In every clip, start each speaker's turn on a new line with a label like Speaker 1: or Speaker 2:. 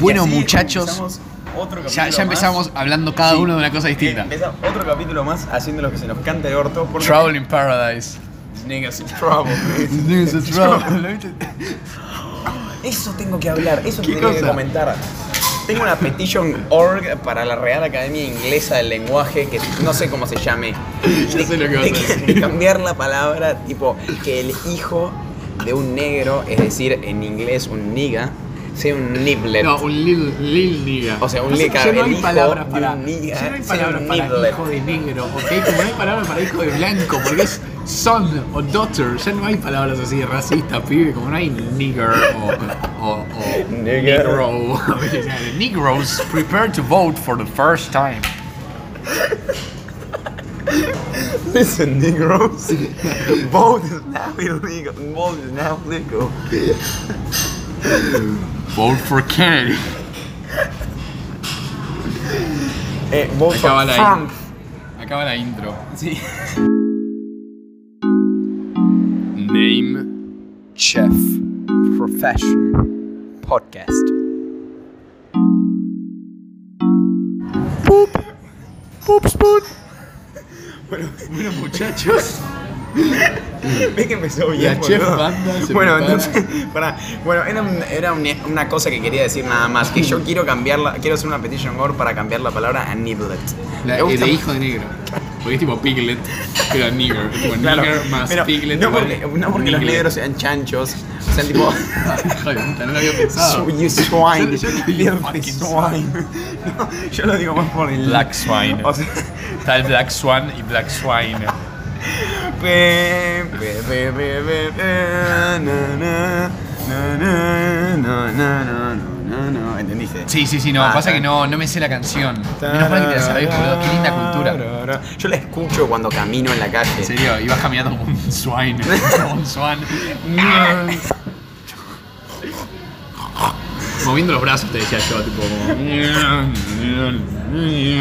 Speaker 1: Bueno,
Speaker 2: Y así
Speaker 1: muchachos,
Speaker 2: comenzamos otro
Speaker 1: Ya,
Speaker 2: capítulo
Speaker 1: ya empezamos
Speaker 2: más.
Speaker 1: hablando cada
Speaker 2: Sí.
Speaker 1: uno de una cosa distinta.
Speaker 2: Empezamos otro capítulo más haciendo lo que se nos canta el orto. Porque
Speaker 1: Trouble in Paradise.
Speaker 2: Niggas in trouble. Eso tengo que hablar, eso
Speaker 1: ¿Qué
Speaker 2: te tengo que
Speaker 1: cosa?
Speaker 2: comentar. Tengo una petition org para la Real Academia Inglesa del Lenguaje que no sé cómo se llame.
Speaker 1: Ya sé lo que vas a decir.
Speaker 2: de cambiar la palabra, tipo, que el hijo de un negro, es decir, en inglés un nigga, sea un niblet.
Speaker 1: No, un lil, lil nigga.
Speaker 2: O sea, un
Speaker 1: Pasa que
Speaker 2: nigga,
Speaker 1: Ya no
Speaker 2: el
Speaker 1: hay
Speaker 2: hijo
Speaker 1: palabras
Speaker 2: de un
Speaker 1: para.
Speaker 2: nigga,
Speaker 1: Ya no hay
Speaker 2: sí,
Speaker 1: palabras
Speaker 2: un
Speaker 1: para
Speaker 2: niblett.
Speaker 1: hijo de negro, ¿ok? Como no hay palabras para hijo de blanco, porque es son o daughter. Ya no hay palabras así de racista, pibe, como no hay nigger o. o, o
Speaker 2: Nigger.
Speaker 1: negro. Negroes prepare to vote for the first time.
Speaker 2: Listen, Negroes. Vote is now illegal. Vote is now legal.
Speaker 1: Vote for Kennedy.
Speaker 2: Eh, vote
Speaker 1: Acaba
Speaker 2: for
Speaker 1: la
Speaker 2: Trump.
Speaker 1: Acaba la intro.
Speaker 2: Sí.
Speaker 1: Name.
Speaker 2: Chef Profession Podcast.
Speaker 1: Bueno, muchachos.
Speaker 2: ¿Ves que empezó bien?
Speaker 1: La chef
Speaker 2: boludo?
Speaker 1: banda se
Speaker 2: Bueno,
Speaker 1: prepara.
Speaker 2: entonces, pará. Bueno, era, un- era un- una cosa que quería decir nada más. Que yo quiero cambiarla, quiero hacer una petition board para cambiar la palabra a niblet.
Speaker 1: La,
Speaker 2: Me
Speaker 1: el
Speaker 2: gusta-
Speaker 1: de hijo de negro. Porque es tipo piglet, pero nigger. Es tipo
Speaker 2: Claro,
Speaker 1: nigger más
Speaker 2: pero
Speaker 1: piglet.
Speaker 2: no
Speaker 1: igual
Speaker 2: porque, no porque los
Speaker 1: niglet.
Speaker 2: negros sean chanchos, sean tipo.
Speaker 1: Joder, puta, no lo había pensado.
Speaker 2: "So You swine,
Speaker 1: Yo- yo- yo-
Speaker 2: filthy
Speaker 1: fucking
Speaker 2: swine. No, yo lo digo más por el.
Speaker 1: Black swine.
Speaker 2: O sea,
Speaker 1: Está el Black Swan y Black Swine.
Speaker 2: Pe, pe, pe, pe, pe, pe, na, na, na, na, na, na, na, na, na. ¿Entendiste?
Speaker 1: Sí, sí, sí, no.
Speaker 2: Ah,
Speaker 1: pasa
Speaker 2: está.
Speaker 1: que no, no me sé la canción. Menos mal que te la sabés, boludo. Qué linda cultura.
Speaker 2: Yo la escucho cuando camino en la
Speaker 1: En
Speaker 2: calle.
Speaker 1: serio, ibas caminando como un swine. Como un swan. Moviendo los brazos te decía yo, tipo como.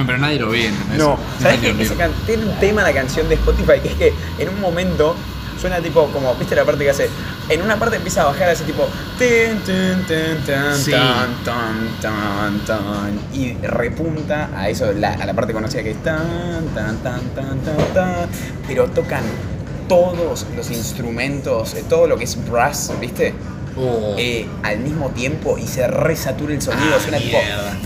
Speaker 1: Pero nadie lo ve, ¿entendés?
Speaker 2: No,
Speaker 1: Nadie
Speaker 2: ¿sabes qué?
Speaker 1: lo
Speaker 2: Que
Speaker 1: ve.
Speaker 2: se can- tiene un tema la canción de Spotify que es que en un momento suena tipo como, ¿viste la parte que hace? En una parte empieza a bajar así tipo tin, tin, tin, tan,
Speaker 1: Sí.
Speaker 2: tan, tan, tan, tan, y repunta a eso, la- a la parte conocida que es tan, tan, tan, tan, tan, tan, pero tocan todos los instrumentos, eh, todo lo que es brass, ¿viste?
Speaker 1: Oh. Ah,
Speaker 2: Eh, al mismo tiempo y se resatura el sonido, suena tipo
Speaker 1: Mierda.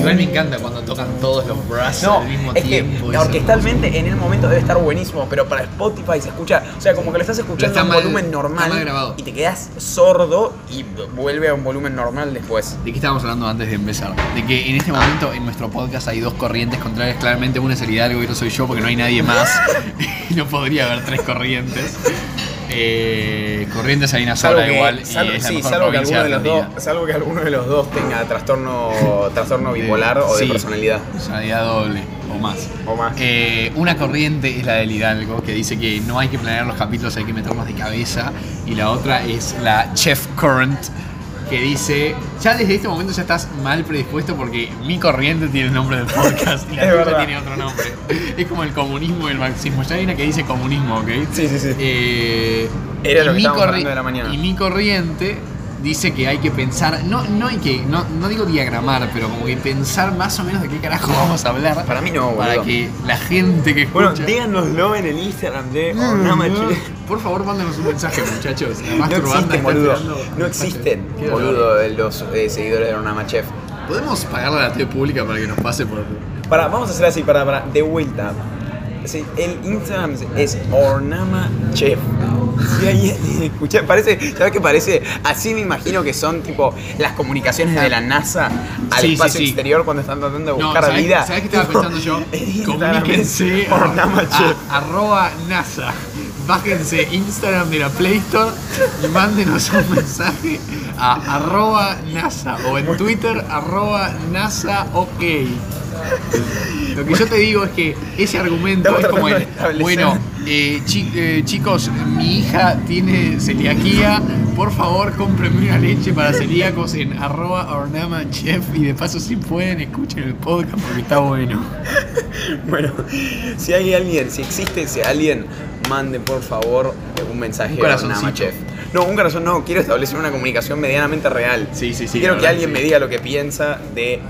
Speaker 1: Igual me encanta cuando tocan todos los brazos
Speaker 2: No,
Speaker 1: al mismo
Speaker 2: es
Speaker 1: tiempo.
Speaker 2: que
Speaker 1: eso.
Speaker 2: orquestalmente en el momento debe estar buenísimo, pero para Spotify se escucha, o sea, como que lo estás escuchando
Speaker 1: Está
Speaker 2: a un
Speaker 1: mal-
Speaker 2: volumen
Speaker 1: está
Speaker 2: normal
Speaker 1: mal grabado.
Speaker 2: y te quedas sordo y vuelve a un volumen normal después.
Speaker 1: ¿De qué estábamos hablando antes de empezar? De que en este momento en nuestro podcast hay dos corrientes contrarias. Claramente una es el Hidalgo y otro soy yo porque no hay nadie más. Y no podría haber tres corrientes. Eh, corrientes hay una sola igual
Speaker 2: salvo-
Speaker 1: y es la
Speaker 2: sí,
Speaker 1: mejor
Speaker 2: salvo que
Speaker 1: provincia
Speaker 2: alguno de
Speaker 1: de
Speaker 2: los dos,
Speaker 1: Argentina.
Speaker 2: salvo que alguno de los dos tenga trastorno, trastorno
Speaker 1: De-
Speaker 2: bipolar o de
Speaker 1: sí.
Speaker 2: personalidad.
Speaker 1: Personalidad doble o más.
Speaker 2: O más.
Speaker 1: Eh, una corriente es la del Hidalgo, que dice que no hay que planear los capítulos, hay que meterlos de cabeza. Y la otra es la Chef Current, que dice, ya desde este momento ya estás mal predispuesto porque mi corriente tiene el nombre del podcast y la
Speaker 2: Es
Speaker 1: tuya
Speaker 2: verdad.
Speaker 1: tiene otro nombre. Es como el comunismo y el marxismo. Ya hay una que dice comunismo, ¿ok?
Speaker 2: Sí, sí, sí.
Speaker 1: Eh,
Speaker 2: Era
Speaker 1: y
Speaker 2: lo que
Speaker 1: mi
Speaker 2: estábamos
Speaker 1: corri-
Speaker 2: hablando de la mañana.
Speaker 1: Y mi corriente dice que hay que pensar, no, no hay que, no, no digo diagramar, pero como que pensar más o menos de qué carajo vamos a hablar.
Speaker 2: Para mí no,
Speaker 1: Para
Speaker 2: boludo.
Speaker 1: que la gente que escucha.
Speaker 2: Bueno, díganoslo en el Instagram de
Speaker 1: Mm,
Speaker 2: Ornama Chile.
Speaker 1: Por favor, mándenos un mensaje, muchachos. La
Speaker 2: No
Speaker 1: masturbanda
Speaker 2: existen,
Speaker 1: está
Speaker 2: boludo.
Speaker 1: esperando un
Speaker 2: No
Speaker 1: mensaje.
Speaker 2: existen,
Speaker 1: Qué dolor.
Speaker 2: boludo, los eh, seguidores de Ornama Chef.
Speaker 1: ¿Podemos pagarle a la TV pública para que nos pase por.
Speaker 2: Para, vamos a hacer así, para, para, de vuelta. Sí, el Instagram es Ornama Chef. Sí, ahí, escuché, parece, ¿sabes qué parece? Así me imagino que son tipo las comunicaciones de la NASA al
Speaker 1: Sí, sí,
Speaker 2: espacio
Speaker 1: sí.
Speaker 2: exterior cuando están tratando de
Speaker 1: No,
Speaker 2: buscar
Speaker 1: ¿sabés-
Speaker 2: vida.
Speaker 1: ¿Sabés qué estaba
Speaker 2: Tipo,
Speaker 1: pensando yo?
Speaker 2: el Instagram es
Speaker 1: Comuníquense a-
Speaker 2: Ornama Chef.
Speaker 1: a- arroba NASA. Bájense Instagram de la Play Store y mándenos un mensaje a arroba NASA o en Twitter arroba NASA OK. Lo que yo te digo es que ese argumento
Speaker 2: Estamos
Speaker 1: es como
Speaker 2: tratando de
Speaker 1: el,
Speaker 2: establecer.
Speaker 1: bueno, eh, chi- eh, chicos, mi hija tiene celiaquía, por favor cómprenme una leche para celíacos en arroba ornama chef y de paso si pueden escuchen el podcast porque está bueno.
Speaker 2: Bueno, si hay alguien, si existe si alguien, mande por favor un mensaje
Speaker 1: Un
Speaker 2: a Ornama
Speaker 1: corazoncito.
Speaker 2: Chef. No, un corazón no. Quiero establecer una comunicación medianamente real.
Speaker 1: Sí, sí, sí,
Speaker 2: Quiero
Speaker 1: la
Speaker 2: que
Speaker 1: verdad,
Speaker 2: alguien
Speaker 1: sí.
Speaker 2: me diga lo que piensa de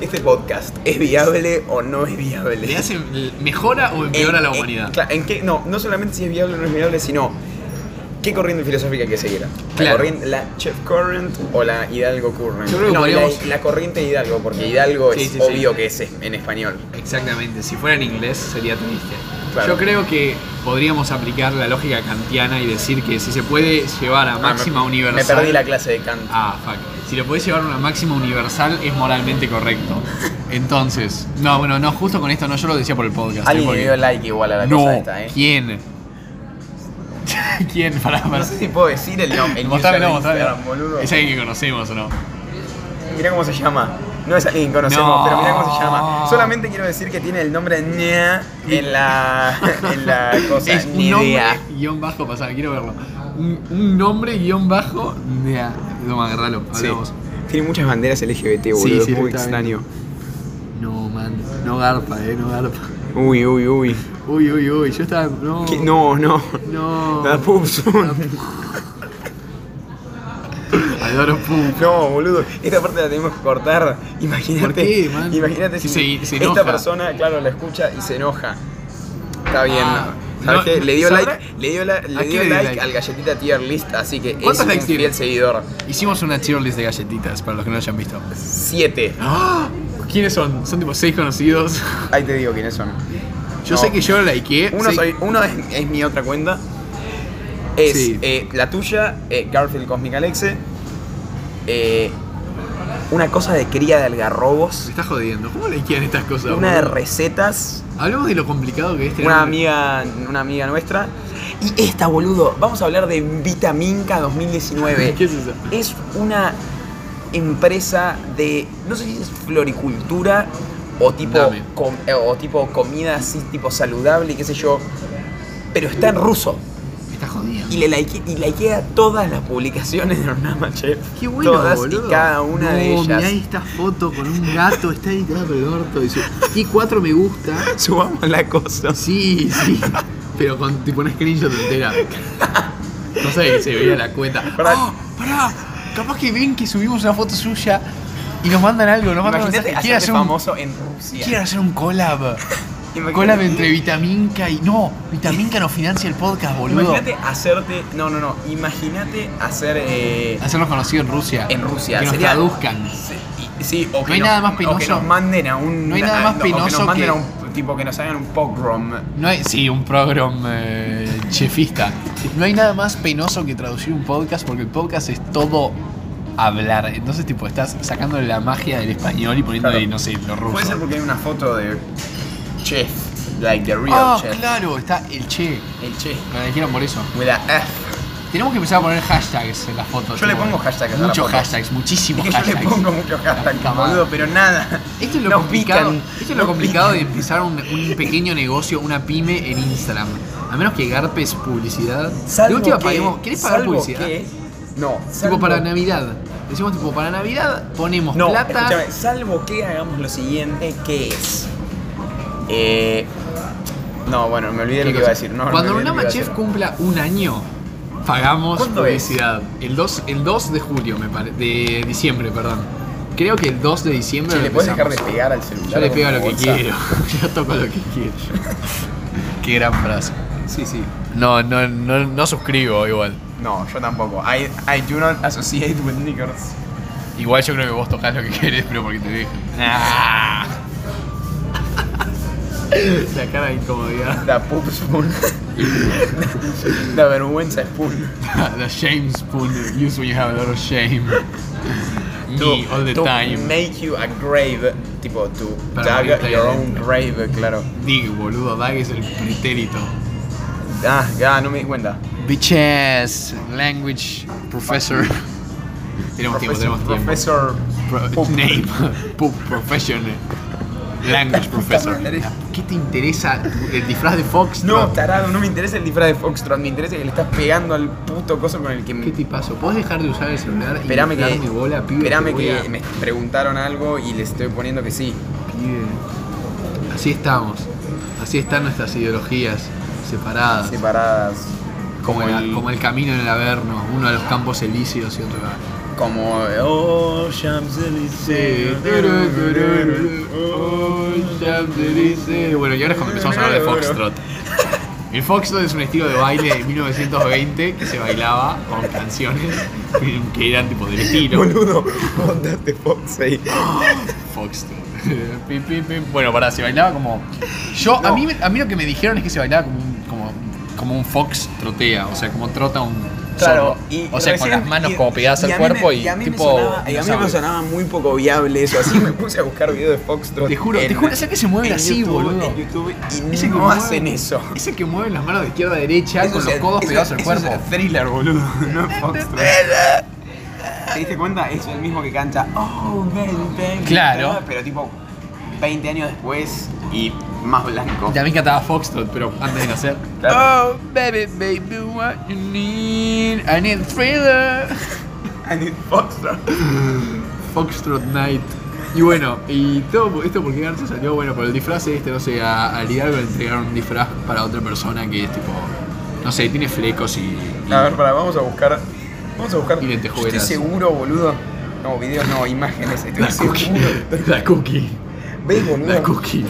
Speaker 2: este podcast. ¿Es viable o no es viable?
Speaker 1: ¿Le hace, mejora o empeora a la
Speaker 2: En- en-
Speaker 1: humanidad?
Speaker 2: cla- en qué- no, no solamente si es viable o no es viable, sino qué corriente filosófica hay que seguir. La,
Speaker 1: Claro.
Speaker 2: corriente, la Chef Current o la Hidalgo Current.
Speaker 1: Yo creo que
Speaker 2: no, la,
Speaker 1: podríamos-
Speaker 2: la corriente Hidalgo, porque Hidalgo
Speaker 1: Sí,
Speaker 2: es
Speaker 1: sí, sí.
Speaker 2: obvio que es es- en español.
Speaker 1: Exactamente, si fuera en inglés sería triste.
Speaker 2: Claro.
Speaker 1: Yo creo que podríamos aplicar la lógica kantiana y decir que si se puede llevar a
Speaker 2: Ah,
Speaker 1: máxima
Speaker 2: me-
Speaker 1: universal.
Speaker 2: Me perdí la clase de Kant.
Speaker 1: Ah, fuck. Si lo podés llevar a una máxima universal es moralmente correcto. Entonces, no, bueno, no, justo con esto no, yo lo decía por el podcast. ¿eh?
Speaker 2: Alguien
Speaker 1: Porque-
Speaker 2: le dio like igual a la
Speaker 1: no,
Speaker 2: cosa esta, ¿eh?
Speaker 1: ¿quién? ¿Quién? Pará, pará.
Speaker 2: No sé si puedo decir el nombre. el
Speaker 1: Mostrámelo,
Speaker 2: user de
Speaker 1: mostrámelo.
Speaker 2: Instagram, boludo.
Speaker 1: Es alguien que conocemos o no.
Speaker 2: Mirá cómo se llama. No es alguien que conocemos,
Speaker 1: No.
Speaker 2: pero mirá cómo se llama. Solamente quiero decir que tiene el nombre Ña en la, en la cosa.
Speaker 1: es
Speaker 2: Ni
Speaker 1: un nombre
Speaker 2: idea.
Speaker 1: guión bajo, pasá, quiero verlo. Un, un nombre guión bajo. Nea. Toma, agarralo,
Speaker 2: Sí.
Speaker 1: hablamos.
Speaker 2: Tiene muchas banderas LGBT, boludo.
Speaker 1: Sí, sí,
Speaker 2: es muy
Speaker 1: exactamente.
Speaker 2: extraño.
Speaker 1: No, man. No garpa, eh, no garpa.
Speaker 2: Uy, uy, uy.
Speaker 1: Uy, uy, uy. Yo estaba. No.
Speaker 2: ¿Qué? No, no.
Speaker 1: No.
Speaker 2: La puso.
Speaker 1: Adoro Pum.
Speaker 2: No, boludo, esta parte la tenemos que cortar. Imagínate.
Speaker 1: ¿Por qué, man?
Speaker 2: Imagínate si
Speaker 1: Se- se enoja.
Speaker 2: esta persona, claro, la escucha y se enoja. Está bien.
Speaker 1: Ah,
Speaker 2: ¿Sabes
Speaker 1: no,
Speaker 2: qué? Le dio
Speaker 1: ¿sabrá?
Speaker 2: like, le dio, la-
Speaker 1: ¿A
Speaker 2: le
Speaker 1: qué
Speaker 2: dio
Speaker 1: le dio
Speaker 2: like,
Speaker 1: like?
Speaker 2: al galletita tier list, así que es
Speaker 1: ¿Cuántos
Speaker 2: un
Speaker 1: likes tiene?
Speaker 2: fiel seguidor.
Speaker 1: Hicimos una tier list de galletitas para los que no lo hayan visto.
Speaker 2: 7.
Speaker 1: ¡Ah! ¿Quiénes son? Son tipo seis conocidos.
Speaker 2: Ahí te digo quiénes son.
Speaker 1: Yo
Speaker 2: No.
Speaker 1: sé que yo la likeé.
Speaker 2: Uno,
Speaker 1: sé-
Speaker 2: soy- uno es, es mi otra cuenta. Es
Speaker 1: Sí.
Speaker 2: eh, la tuya, eh, Garfield Cosmic Alexe. eh, una cosa de cría de
Speaker 1: Me
Speaker 2: algarrobos.
Speaker 1: estás jodiendo. ¿Cómo likean estas cosas?
Speaker 2: Una de
Speaker 1: boludo?
Speaker 2: recetas.
Speaker 1: Hablemos de lo complicado que es tener.
Speaker 2: Una amiga, una amiga nuestra. Y esta, boludo, vamos a hablar de Vitaminca 2019.
Speaker 1: ¿Qué es eso?
Speaker 2: Es una empresa de, no sé si es floricultura o tipo,
Speaker 1: Dame.
Speaker 2: com- eh, o tipo comida así, tipo saludable, qué sé yo. Pero está en ruso.
Speaker 1: Me estás jodiendo.
Speaker 2: Y le like, y likea todas las publicaciones de Ornama Chef.
Speaker 1: Qué bueno,
Speaker 2: Todas
Speaker 1: boludo.
Speaker 2: y cada una
Speaker 1: No,
Speaker 2: de ellas.
Speaker 1: Mirá esta foto con un gato, está editada por el orto. Dice, y cuatro me gusta.
Speaker 2: Subamos la cosa.
Speaker 1: Sí, sí. Pero con tipo una screenshot entera. No sé que se veía la cuenta.
Speaker 2: Pará.
Speaker 1: Ah, pará. Capaz que ven que subimos una foto suya y nos mandan algo, nos mandan un
Speaker 2: Imagínate
Speaker 1: mensaje. Quieren
Speaker 2: hacerte
Speaker 1: hacer un,
Speaker 2: famoso en Rusia.
Speaker 1: quieren hacer un collab.
Speaker 2: Imagínate-
Speaker 1: Collab entre Vitaminca y. No, Vitaminca nos financia el podcast, boludo.
Speaker 2: Imagínate hacerte. No, no, no. Imagínate hacer. eh,
Speaker 1: Hacernos conocidos en Rusia.
Speaker 2: en Rusia.
Speaker 1: Que nos
Speaker 2: Sería-
Speaker 1: traduzcan.
Speaker 2: Sí, y- sí, o que
Speaker 1: hay
Speaker 2: nos-
Speaker 1: nada más
Speaker 2: O que
Speaker 1: penoso.
Speaker 2: nos manden a un.
Speaker 1: No hay nada
Speaker 2: a-
Speaker 1: más
Speaker 2: o que nos
Speaker 1: penoso
Speaker 2: manden
Speaker 1: que-
Speaker 2: a un. Tipo que nos hagan un pogrom.
Speaker 1: No hay, sí, un programa chefista. No hay nada más penoso que traducir un podcast porque el podcast es todo hablar. Entonces, tipo, estás sacándole la magia del español y poniéndole,
Speaker 2: Claro.
Speaker 1: no sé, lo ruso.
Speaker 2: Puede ser porque hay una foto de. Chef. Like the real
Speaker 1: Ah,
Speaker 2: chef.
Speaker 1: claro, está el che.
Speaker 2: El chef.
Speaker 1: Lo eligieron por eso.
Speaker 2: With a F.
Speaker 1: Tenemos que empezar a poner hashtags en las fotos.
Speaker 2: Yo le
Speaker 1: tipo,
Speaker 2: pongo hashtags a la
Speaker 1: Muchos
Speaker 2: foto.
Speaker 1: hashtags,
Speaker 2: Es
Speaker 1: muchísimos
Speaker 2: que yo le
Speaker 1: hashtags.
Speaker 2: pongo muchos hashtags,
Speaker 1: puta madre.
Speaker 2: boludo, pero nada.
Speaker 1: Esto es lo
Speaker 2: No
Speaker 1: complicado,
Speaker 2: pican,
Speaker 1: esto es lo
Speaker 2: no
Speaker 1: complicado de
Speaker 2: pican.
Speaker 1: empezar un, un pequeño negocio, una pyme en Instagram. A menos que garpes publicidad. de
Speaker 2: Salvo
Speaker 1: última
Speaker 2: que-
Speaker 1: paguemos- ¿Querés pagar
Speaker 2: salvo
Speaker 1: publicidad?
Speaker 2: que- no.
Speaker 1: Tipo
Speaker 2: salvo-
Speaker 1: para Navidad. Decimos tipo para Navidad ponemos
Speaker 2: No,
Speaker 1: plata.
Speaker 2: escúchame, salvo que hagamos lo siguiente, que es. Eh, no, bueno, me olvidé
Speaker 1: ¿Qué
Speaker 2: lo que
Speaker 1: cosa?
Speaker 2: iba a decir. No,
Speaker 1: Cuando
Speaker 2: me olvidé lo
Speaker 1: Unama
Speaker 2: que iba a
Speaker 1: Chef
Speaker 2: decir.
Speaker 1: cumpla un año, pagamos
Speaker 2: ¿Cuándo es?
Speaker 1: publicidad. El 2, el 2 de julio, me parece. De diciembre, perdón. Creo que el 2 de diciembre.
Speaker 2: Che,
Speaker 1: lo
Speaker 2: ¿le puedes dejar
Speaker 1: empezamos.
Speaker 2: de pegar al celular?
Speaker 1: Yo le
Speaker 2: con
Speaker 1: pego
Speaker 2: la
Speaker 1: lo que
Speaker 2: bolsa?
Speaker 1: quiero. Yo toco lo que quiero. Qué gran frase.
Speaker 2: Sí, sí.
Speaker 1: No, no, no, no suscribo igual.
Speaker 2: No, yo tampoco. I, I do not associate with niggers.
Speaker 1: Igual yo creo que vos tocas lo que querés, pero porque te dejan. Ah. La cara de incomodidad.
Speaker 2: La poop spoon. La vergüenza spoon.
Speaker 1: The shame spoon used when you have a lot of shame. Me all the
Speaker 2: to
Speaker 1: time.
Speaker 2: make you a grave. Tipo, to
Speaker 1: Para
Speaker 2: dug
Speaker 1: morirte ahí
Speaker 2: your own
Speaker 1: adentro.
Speaker 2: grave, claro.
Speaker 1: Dig, boludo, Dag es el pretérito.
Speaker 2: Ah, ya, no me di cuenta.
Speaker 1: Bitches, language, professor. tenemos tiempo,
Speaker 2: Professor,
Speaker 1: tenemos tiempo.
Speaker 2: professor
Speaker 1: Pro- name, poop profession, language professor.
Speaker 2: madre.
Speaker 1: ¿Qué te interesa tu- el disfraz de Fox?
Speaker 2: No, tarado, no me interesa el disfraz de Foxtrot, me interesa que le estás pegando al puto coso con el que
Speaker 1: ¿Qué
Speaker 2: me.
Speaker 1: te pasó? ¿Podés dejar de usar el celular
Speaker 2: Esperame
Speaker 1: y dar
Speaker 2: que.
Speaker 1: mi bola, pibe?
Speaker 2: esperame
Speaker 1: Te voy
Speaker 2: que
Speaker 1: a-
Speaker 2: me preguntaron algo y les estoy poniendo que sí.
Speaker 1: Pibe. Así estamos. Así están nuestras ideologías separadas.
Speaker 2: Separadas.
Speaker 1: Como,
Speaker 2: Como
Speaker 1: la-
Speaker 2: el-
Speaker 1: como el camino en el Averno, uno de los campos elíseos y otro.
Speaker 2: Como. Oh, Champs-Élysées.
Speaker 1: Bueno, y ahora es cuando empezamos a hablar de Foxtrot. El Foxtrot es un estilo de baile de 1920 que se bailaba con canciones que eran tipo del estilo.
Speaker 2: Boludo, mandaste Fox ahí.
Speaker 1: Foxtrot. Pi, pi, pi. bueno, pará, se bailaba como. Yo, a,
Speaker 2: No.
Speaker 1: mí, me- a mí lo que me dijeron es que se bailaba como un, como, como un fox trotea, o sea, como trota un.
Speaker 2: Claro,
Speaker 1: zorro.
Speaker 2: y
Speaker 1: o sea, con
Speaker 2: recién-
Speaker 1: las manos
Speaker 2: y-
Speaker 1: como pegadas
Speaker 2: y
Speaker 1: al
Speaker 2: a mí me-
Speaker 1: cuerpo
Speaker 2: y
Speaker 1: y,
Speaker 2: a mí me
Speaker 1: tipo.
Speaker 2: sonaba- y a mí me
Speaker 1: dinosaurio.
Speaker 2: sonaba muy poco viable eso, así me puse a buscar videos de Foxtrot.
Speaker 1: Te juro, te
Speaker 2: en-
Speaker 1: juro, es el que se mueve
Speaker 2: en
Speaker 1: así,
Speaker 2: YouTube,
Speaker 1: boludo.
Speaker 2: En YouTube y
Speaker 1: Ese que
Speaker 2: no
Speaker 1: mueve-
Speaker 2: hacen eso.
Speaker 1: Es el que mueve las manos de izquierda a derecha
Speaker 2: Eso
Speaker 1: con
Speaker 2: es-
Speaker 1: los codos
Speaker 2: eso-
Speaker 1: pegados al
Speaker 2: eso es
Speaker 1: cuerpo.
Speaker 2: thriller, boludo, no es Foxtrot. ¿Te diste cuenta? Es el mismo que canta Oh, ven, ven,
Speaker 1: Claro.
Speaker 2: Pero tipo 20 años después y más blanco.
Speaker 1: Y a mí me encantaba Foxtrot, pero antes de nacer.
Speaker 2: Claro.
Speaker 1: Oh, baby, baby, what you need? I need thriller.
Speaker 2: And it's Foxtrot.
Speaker 1: Foxtrot Night. Y bueno, y todo esto porque antes salió, bueno, por el disfraz este, no sé, a, a Hidalgo le entregaron un disfraz para otra persona que es tipo, no sé, tiene flecos y... y-
Speaker 2: A ver, pará, vamos a buscar. Vamos a buscar.
Speaker 1: Y lentejuelas.
Speaker 2: Estoy seguro, boludo. No, videos no, imágenes. Estoy
Speaker 1: la
Speaker 2: seguro.
Speaker 1: cookie, la cookie,
Speaker 2: ¿Ves,
Speaker 1: la
Speaker 2: boludo?
Speaker 1: cookie.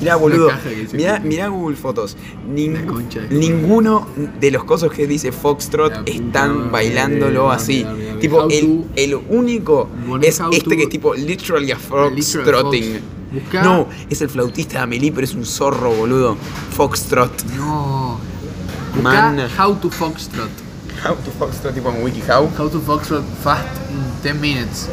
Speaker 2: Mirá, boludo.
Speaker 1: caja que dice
Speaker 2: Mirá,
Speaker 1: cookie.
Speaker 2: mirá Google Fotos. Ning-
Speaker 1: La concha de-
Speaker 2: ninguno de los cosos que dice
Speaker 1: La
Speaker 2: Foxtrot
Speaker 1: puta madre,
Speaker 2: están bailándolo
Speaker 1: mirá,
Speaker 2: así.
Speaker 1: mirá, mirá,
Speaker 2: Tipo,
Speaker 1: how
Speaker 2: el,
Speaker 1: to-
Speaker 2: el único
Speaker 1: Bueno,
Speaker 2: es
Speaker 1: how to-
Speaker 2: este que es tipo literally a
Speaker 1: Literal
Speaker 2: Foxtrotting.
Speaker 1: Fox. Buscá-
Speaker 2: No, es el flautista de Amelie, pero es un zorro, boludo. Foxtrot.
Speaker 1: No. Buscá
Speaker 2: Man.
Speaker 1: How to Foxtrot.
Speaker 2: How to Foxtrot, tipo en WikiHow.
Speaker 1: How to Foxtrot fast in 10 minutes.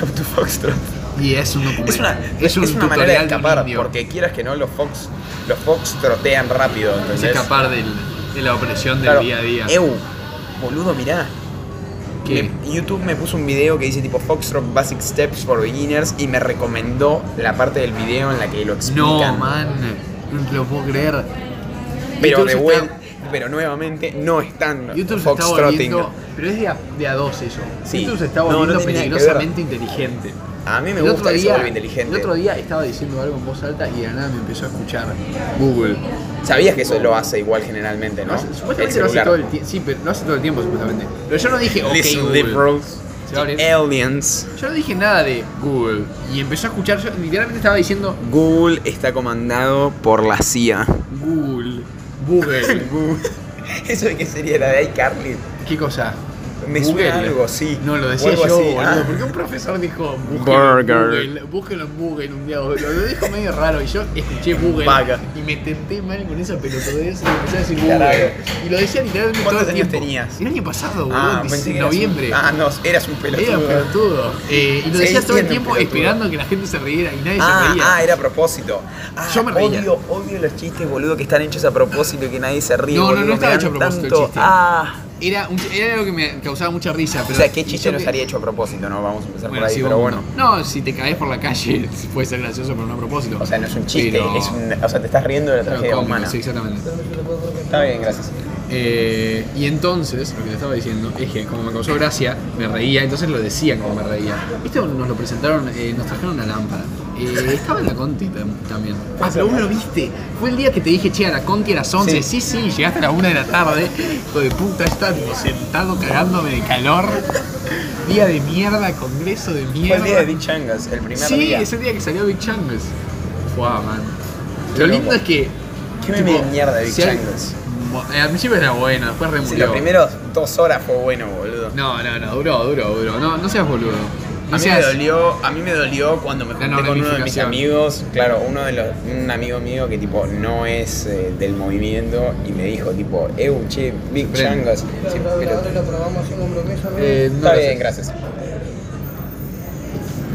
Speaker 2: How to Foxtrot.
Speaker 1: Y es un documento.
Speaker 2: Es una,
Speaker 1: es un
Speaker 2: es una manera de
Speaker 1: tutorial un
Speaker 2: escapar,
Speaker 1: indio.
Speaker 2: porque quieras que no, los Fox, los Fox trotean rápido,
Speaker 1: Es
Speaker 2: ¿entendés?
Speaker 1: escapar del, de la opresión del
Speaker 2: Claro.
Speaker 1: día a día.
Speaker 2: Eu, boludo, mirá.
Speaker 1: ¿Qué?
Speaker 2: Me- YouTube me puso un video que dice tipo Foxtrot Basic Steps for Beginners y me recomendó la parte del video en la que
Speaker 1: No,
Speaker 2: lo explican.
Speaker 1: man. No te lo puedo creer.
Speaker 2: pero
Speaker 1: YouTube
Speaker 2: de
Speaker 1: se
Speaker 2: vuelta,
Speaker 1: está-
Speaker 2: pero nuevamente no están
Speaker 1: YouTube se está
Speaker 2: Foxtrotting.
Speaker 1: volviendo. Pero es de a, de a dos eso.
Speaker 2: Sí.
Speaker 1: YouTube se está
Speaker 2: No, no
Speaker 1: volviendo
Speaker 2: tiene nada que ver.
Speaker 1: peligrosamente inteligente.
Speaker 2: A mí me
Speaker 1: El
Speaker 2: gusta
Speaker 1: otro
Speaker 2: que se
Speaker 1: día-
Speaker 2: vuelve inteligente.
Speaker 1: El otro día estaba diciendo algo en voz alta y de la nada me empezó a escuchar Google.
Speaker 2: Sabías que eso lo hace igual generalmente, ¿no?
Speaker 1: Lo hace- Ah, Supuestamente lo hace todo el tiempo. Sí, pero lo hace todo el tiempo, supuestamente. Pero yo no dije, ok,
Speaker 2: Listen,
Speaker 1: Google.
Speaker 2: liberals,
Speaker 1: Se va a abrir.
Speaker 2: the aliens.
Speaker 1: Yo no dije nada de Google. Y empezó a escuchar, yo literalmente estaba diciendo
Speaker 2: Google está comandado por la CIA.
Speaker 1: Google. Google.
Speaker 2: Eso de que sería la de iCarly.
Speaker 1: ¿Qué cosa?
Speaker 2: Me suena algo, sí.
Speaker 1: No, lo
Speaker 2: O
Speaker 1: decía
Speaker 2: algo
Speaker 1: yo,
Speaker 2: así,
Speaker 1: boludo.
Speaker 2: ah.
Speaker 1: Porque un profesor dijo "Búsquenlo en
Speaker 2: Burger.
Speaker 1: Google, búsquenlo en Google un día. boludo. Lo dijo medio raro y yo escuché Google
Speaker 2: Vaga.
Speaker 1: y me tenté mal con esa pelotudez y empecé a decir Google.
Speaker 2: Carajo.
Speaker 1: Y lo decía literalmente todo
Speaker 2: ¿Cuántos
Speaker 1: el
Speaker 2: años
Speaker 1: tiempo.
Speaker 2: tenías?
Speaker 1: El año pasado, boludo,
Speaker 2: Ah,
Speaker 1: en
Speaker 2: pensé que eras un-
Speaker 1: noviembre.
Speaker 2: Ah, no, eras un pelotudo.
Speaker 1: Era pelotudo. Eh, y lo
Speaker 2: Sí,
Speaker 1: decía todo el
Speaker 2: siendo un
Speaker 1: tiempo
Speaker 2: pelotudo.
Speaker 1: esperando que la gente se riera y nadie se
Speaker 2: Ah,
Speaker 1: reía.
Speaker 2: ah, era a propósito. Ah,
Speaker 1: Yo me reía.
Speaker 2: Odio, odio los chistes, boludo, que están hechos a propósito y que nadie se ríe.
Speaker 1: No, no,
Speaker 2: boludo,
Speaker 1: no
Speaker 2: me
Speaker 1: estaba
Speaker 2: dan
Speaker 1: hecho a propósito el
Speaker 2: tanto-
Speaker 1: chiste.
Speaker 2: Ah,
Speaker 1: Era, un- era algo que me causaba mucha risa.
Speaker 2: o
Speaker 1: Pero
Speaker 2: sea, qué
Speaker 1: y
Speaker 2: chiste
Speaker 1: yo
Speaker 2: no
Speaker 1: que-
Speaker 2: estaría hecho a propósito, ¿no? Vamos a empezar
Speaker 1: Bueno,
Speaker 2: por ahí,
Speaker 1: sí,
Speaker 2: pero
Speaker 1: vos
Speaker 2: bueno.
Speaker 1: No, No, si te caes por la calle puede ser gracioso, pero no a propósito.
Speaker 2: O sea, no es un chiste,
Speaker 1: Pero-
Speaker 2: es un, o sea, te estás riendo de la
Speaker 1: Claro,
Speaker 2: tragedia
Speaker 1: cómico,
Speaker 2: humana.
Speaker 1: sí, exactamente.
Speaker 2: Está bien, gracias.
Speaker 1: Eh, y entonces, lo que te estaba diciendo es que como me causó gracia, me reía, entonces lo decía como me reía. Esto nos lo presentaron, eh, nos trajeron una lámpara. Eh, estaba en la Conti tam- también. Ah, pero vos lo viste. Fue el día que te dije, che, a la Conti a las 11. Sí, sí, llegaste a las 1 de la tarde. Hijo de puta, está tipo, sentado cagándome de calor. Día de mierda, congreso de
Speaker 2: Fue
Speaker 1: mierda.
Speaker 2: el día de Dick Changas, el primer
Speaker 1: Sí,
Speaker 2: día.
Speaker 1: es el día que salió Big Changles. Fua, man.
Speaker 2: Qué
Speaker 1: Lo
Speaker 2: loco.
Speaker 1: lindo es que.
Speaker 2: Qué meme de mierda de Big
Speaker 1: si al-
Speaker 2: Changles.
Speaker 1: Mo- eh, Al principio era bueno, después
Speaker 2: Sí,
Speaker 1: remurió.
Speaker 2: los primeros dos horas fue bueno, boludo.
Speaker 1: No, no, no, duró, duró, duró. No, no seas boludo. No
Speaker 2: a, mí me
Speaker 1: seas.
Speaker 2: dolió, a mí me dolió cuando me
Speaker 1: La
Speaker 2: junté con uno de mis
Speaker 1: normalización.
Speaker 2: amigos, claro, uno de los, un amigo mío que tipo no es eh, del movimiento y me dijo tipo, eu che, Big
Speaker 1: Ven.
Speaker 2: Changas. Sí, pero-
Speaker 3: lo probamos en un bloqueo.
Speaker 1: Eh, no
Speaker 2: está
Speaker 1: lo
Speaker 2: bien,
Speaker 1: sé.
Speaker 2: gracias.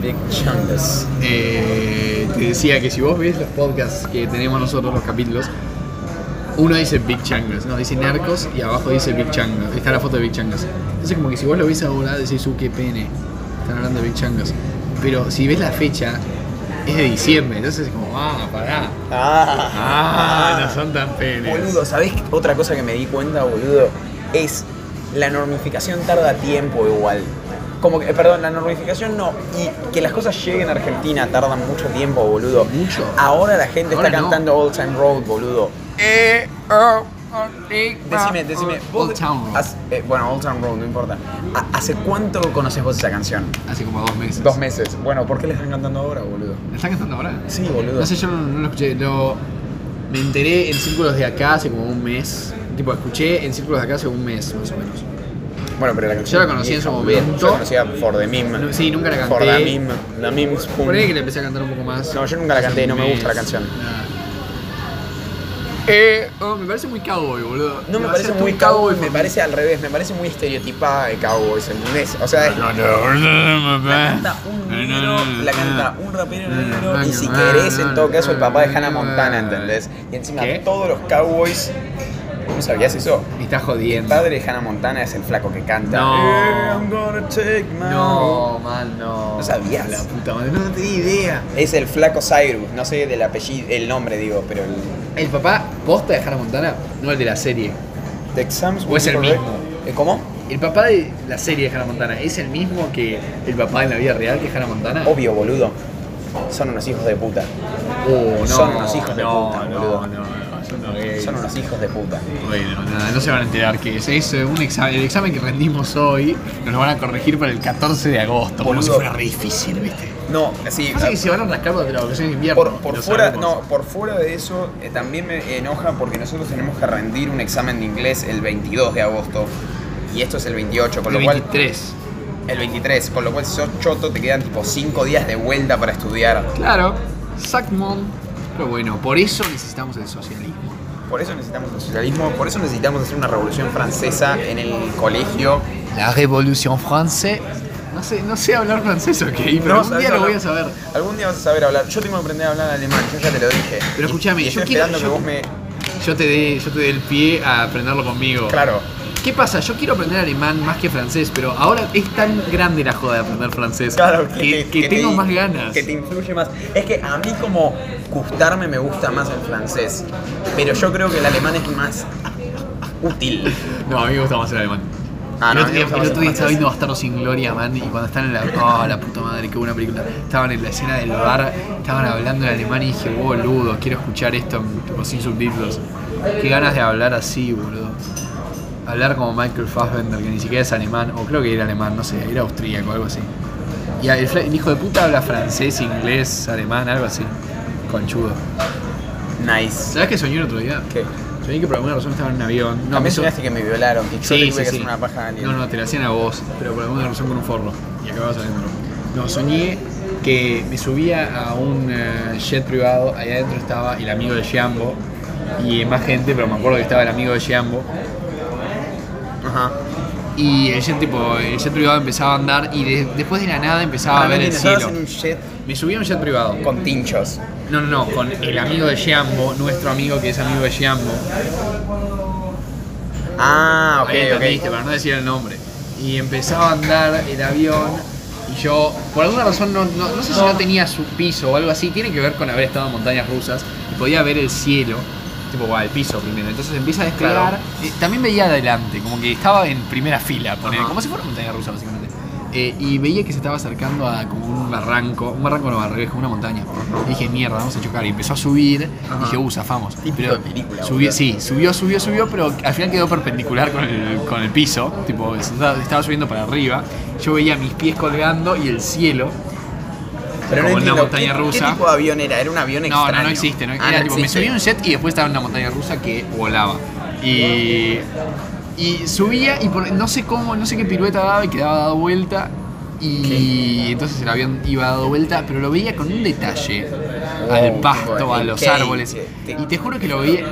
Speaker 2: Big Changas.
Speaker 1: Eh, te decía que si vos ves los podcasts que tenemos nosotros, los capítulos, uno dice Big Changles, no, dice Narcos y abajo dice Big Changles. Está la foto de Big Changles. Entonces, como que si vos lo ves ahora, decís, uh, qué pene, están hablando de Big Changles. Pero si ves la fecha, es de diciembre, entonces es como, ah, pará. Ah, no son tan penes.
Speaker 2: Boludo, ¿sabés otra cosa que me di cuenta, boludo? Es la normificación tarda tiempo igual. Como que, eh, perdón, la normificación no. Y que las cosas lleguen a Argentina tardan mucho tiempo, boludo.
Speaker 1: Mucho.
Speaker 2: Ahora la gente
Speaker 1: Ahora
Speaker 2: está
Speaker 1: no.
Speaker 2: cantando Old Time Road, boludo. Decime, decime.
Speaker 1: Ah,
Speaker 2: vos-
Speaker 1: Old Town Road.
Speaker 2: has- eh, bueno, Old Town Road, no importa. ¿Ha- ¿Hace cuánto conoces vos esa canción?
Speaker 1: Hace como dos meses.
Speaker 2: Dos meses. Bueno, ¿por qué le están cantando ahora, boludo?
Speaker 1: ¿La están cantando ahora?
Speaker 2: Sí, boludo.
Speaker 1: No sé, yo no, no lo escuché. Lo, me enteré en círculos de acá hace como un mes. Tipo, escuché en círculos de acá hace un mes, más o menos.
Speaker 2: Bueno, pero la canción.
Speaker 1: la conocí en su
Speaker 2: boludo.
Speaker 1: momento.
Speaker 2: Yo la conocía For the Meme.
Speaker 1: No, sí, nunca la canté.
Speaker 2: For the Meme. The Meme's Pum.
Speaker 1: Por ahí que le empecé a cantar un poco más.
Speaker 2: No, yo nunca la
Speaker 1: Hace
Speaker 2: canté,
Speaker 1: un
Speaker 2: no me gusta la
Speaker 1: mes.
Speaker 2: canción.
Speaker 1: Nada. Eh, oh, me parece muy cowboy, boludo.
Speaker 2: No me
Speaker 1: Va a
Speaker 2: parece
Speaker 1: ser
Speaker 2: muy
Speaker 1: tu
Speaker 2: cowboy, me
Speaker 1: for me.
Speaker 2: parece al revés, me parece muy estereotipada de cowboy, ¿entendés? O sea,
Speaker 1: No, no, no, no,
Speaker 2: la
Speaker 1: papá.
Speaker 2: canta un
Speaker 1: No, no,
Speaker 2: negro,
Speaker 1: no, no,
Speaker 2: la canta
Speaker 1: no.
Speaker 2: un rapero
Speaker 1: No, no,
Speaker 2: negro,
Speaker 1: no,
Speaker 2: y si
Speaker 1: no,
Speaker 2: querés,
Speaker 1: no,
Speaker 2: en todo
Speaker 1: no,
Speaker 2: caso, el
Speaker 1: no,
Speaker 2: papá de
Speaker 1: no,
Speaker 2: Hannah
Speaker 1: no,
Speaker 2: Montana,
Speaker 1: no,
Speaker 2: ¿entendés? Y encima
Speaker 1: ¿Qué?
Speaker 2: todos los cowboys... ¿No sabías eso?
Speaker 1: Me está
Speaker 2: El
Speaker 1: jodiendo.
Speaker 2: padre de Hannah Montana es el flaco que canta.
Speaker 1: No.
Speaker 2: "Yeah, I'm gonna take my
Speaker 1: No, man, no.
Speaker 2: ¿No sabías?
Speaker 1: La puta madre, no tenía idea.
Speaker 2: Es el flaco Cyrus, no sé del apellido, el nombre digo, pero el...
Speaker 1: El papá posta de Hannah Montana, no el de la serie.
Speaker 2: The exams
Speaker 1: O
Speaker 2: will
Speaker 1: es
Speaker 2: be
Speaker 1: el
Speaker 2: correct.
Speaker 1: mismo.
Speaker 2: Eh, ¿Cómo?
Speaker 1: El papá de la serie de Hannah Montana es el mismo que el papá en la vida real que Hannah Montana.
Speaker 2: Obvio, boludo. Son unos hijos de puta.
Speaker 1: Oh, no,
Speaker 2: Son unos hijos de
Speaker 1: no,
Speaker 2: puta,
Speaker 1: no,
Speaker 2: boludo.
Speaker 1: No, no, son unos gays.
Speaker 2: Son unos hijos de puta.
Speaker 1: Bueno, nada, no se van a enterar que es eso, un examen, el examen que rendimos hoy nos lo van a corregir para el 14 de agosto, como
Speaker 2: Boludo.
Speaker 1: si fuera re difícil, ¿viste?
Speaker 2: No, sí.
Speaker 1: Pasa
Speaker 2: eh,
Speaker 1: que se van a rascar durante las vacaciones de invierno.
Speaker 2: Por, por
Speaker 1: lo
Speaker 2: fuera, no,
Speaker 1: sabemos.
Speaker 2: por fuera de eso, eh, también me enoja porque nosotros tenemos que rendir un examen de inglés el 22 de agosto. Y esto es el 28, con lo
Speaker 1: El
Speaker 2: cual.
Speaker 1: 23.
Speaker 2: El 23, con lo cual si sos choto te quedan tipo 5 días de vuelta para estudiar.
Speaker 1: Claro, Sackmon. Pero bueno, por eso necesitamos el socialismo.
Speaker 2: Por eso necesitamos el socialismo, por eso necesitamos hacer una revolución francesa en el colegio.
Speaker 1: La Revolución Francesa. No sé, no sé hablar francés, ok, pero un
Speaker 2: ¿sabes
Speaker 1: día lo
Speaker 2: hablar?
Speaker 1: voy a saber.
Speaker 2: Algún día vas a saber hablar. Yo tengo que aprender a hablar alemán, yo ya te lo dije.
Speaker 1: Pero
Speaker 2: Y-
Speaker 1: escúchame,
Speaker 2: y
Speaker 1: yo
Speaker 2: estoy
Speaker 1: quiero-
Speaker 2: esperando que
Speaker 1: yo-
Speaker 2: vos me.
Speaker 1: Yo te dé, yo te dé el pie a aprenderlo conmigo.
Speaker 2: Claro.
Speaker 1: ¿Qué pasa? Yo quiero aprender alemán más que francés, pero ahora es tan grande la joda de aprender francés
Speaker 2: Claro,
Speaker 1: que,
Speaker 2: te-
Speaker 1: que
Speaker 2: que te-
Speaker 1: tengo más ganas.
Speaker 2: Que te influye más. Es que a mí como gustarme me gusta más el francés, pero yo creo que el alemán es más útil.
Speaker 1: No, a mí me gusta más el alemán.
Speaker 2: Ah, no,
Speaker 1: el
Speaker 2: a mí
Speaker 1: otro día, el
Speaker 2: me gusta más
Speaker 1: otro día
Speaker 2: el
Speaker 1: estaba
Speaker 2: francés.
Speaker 1: viendo Bastardo sin Gloria, man, y cuando estaban en la. Oh, la puta madre, qué buena película. Estaban en la escena del bar, estaban hablando en alemán y dije, "Oh, boludo, quiero escuchar esto tipo, sin subtítulos. Qué ganas de hablar así, boludo. Hablar como Michael Fassbender, que ni siquiera es alemán, o creo que era alemán, no sé, era austríaco o algo así. Y el, fla- el hijo de puta habla francés, inglés, alemán, algo así. Conchudo.
Speaker 2: Nice.
Speaker 1: ¿Sabes qué soñé el otro día?
Speaker 2: ¿Qué?
Speaker 1: Soñé que por alguna razón estaba en un avión. No,
Speaker 2: a mí
Speaker 1: me
Speaker 2: se
Speaker 1: so-
Speaker 2: me hace que me violaron y yo le
Speaker 1: Sí,
Speaker 2: tuve
Speaker 1: sí,
Speaker 2: que
Speaker 1: sí.
Speaker 2: hacer una paja a alguien.
Speaker 1: No, no, te la hacían a vos, pero por alguna razón con un forro. Y acababas adentro. No, soñé que me subía a un eh, jet privado, allá adentro estaba el amigo de Giambo y eh, más gente, pero me acuerdo que estaba el amigo de Giambo. Ah,
Speaker 2: Ajá.
Speaker 1: Y el jet, tipo, el jet privado empezaba a andar y de- después de la nada empezaba a ver
Speaker 2: Realmente
Speaker 1: el
Speaker 2: estabas
Speaker 1: cielo.
Speaker 2: en un jet
Speaker 1: Me subí a un jet privado.
Speaker 2: con tinchos.
Speaker 1: No, no, no, con el amigo de Giambo, nuestro amigo que es amigo de Giambo.
Speaker 2: Ah, ok,
Speaker 1: Ahí entendiste,
Speaker 2: ok.
Speaker 1: para no decir el nombre. Y empezaba a andar el avión y yo, por alguna razón, no, no- no sé si no tenía su piso o algo así, tiene que ver con haber estado en montañas rusas y podía ver el cielo, tipo, va, el piso primero. Entonces empieza a despegar.
Speaker 2: Claro.
Speaker 1: Eh, también veía adelante, como que estaba en primera fila, ponele,
Speaker 2: Ajá.
Speaker 1: como si fuera montaña rusa, básicamente. Eh, y veía que se estaba acercando a como un barranco, un barranco no, al revés, como una montaña. Y dije, mierda, vamos a chocar. Y empezó a subir,
Speaker 2: Ajá.
Speaker 1: y dije, uh, zafamos.
Speaker 2: Típico de película,
Speaker 1: subió,
Speaker 2: boludo.
Speaker 1: sí, Sí, subió, subió, subió, pero al final quedó perpendicular con el, con el piso. Tipo, estaba estaba subiendo para arriba. Yo veía mis pies colgando y el cielo.
Speaker 2: Pero no
Speaker 1: como en una
Speaker 2: entiendo,
Speaker 1: montaña
Speaker 2: ¿qué- ¿Qué
Speaker 1: rusa.
Speaker 2: tipo de avión era? Era un avión
Speaker 1: No,
Speaker 2: extraño.
Speaker 1: no, no existe. No,
Speaker 2: Ah,
Speaker 1: era tipo, me
Speaker 2: existe.
Speaker 1: subí a un jet y después estaba en una montaña rusa que volaba. Y, y subía y por- no sé cómo, no sé qué pirueta daba y quedaba dado vuelta. Y entonces el avión iba dado vuelta, pero lo veía con un detalle
Speaker 2: Wow,
Speaker 1: al
Speaker 2: tipo, este.
Speaker 1: pasto, a los
Speaker 2: increíble.
Speaker 1: árboles.
Speaker 2: Te-
Speaker 1: Y te juro que lo veía,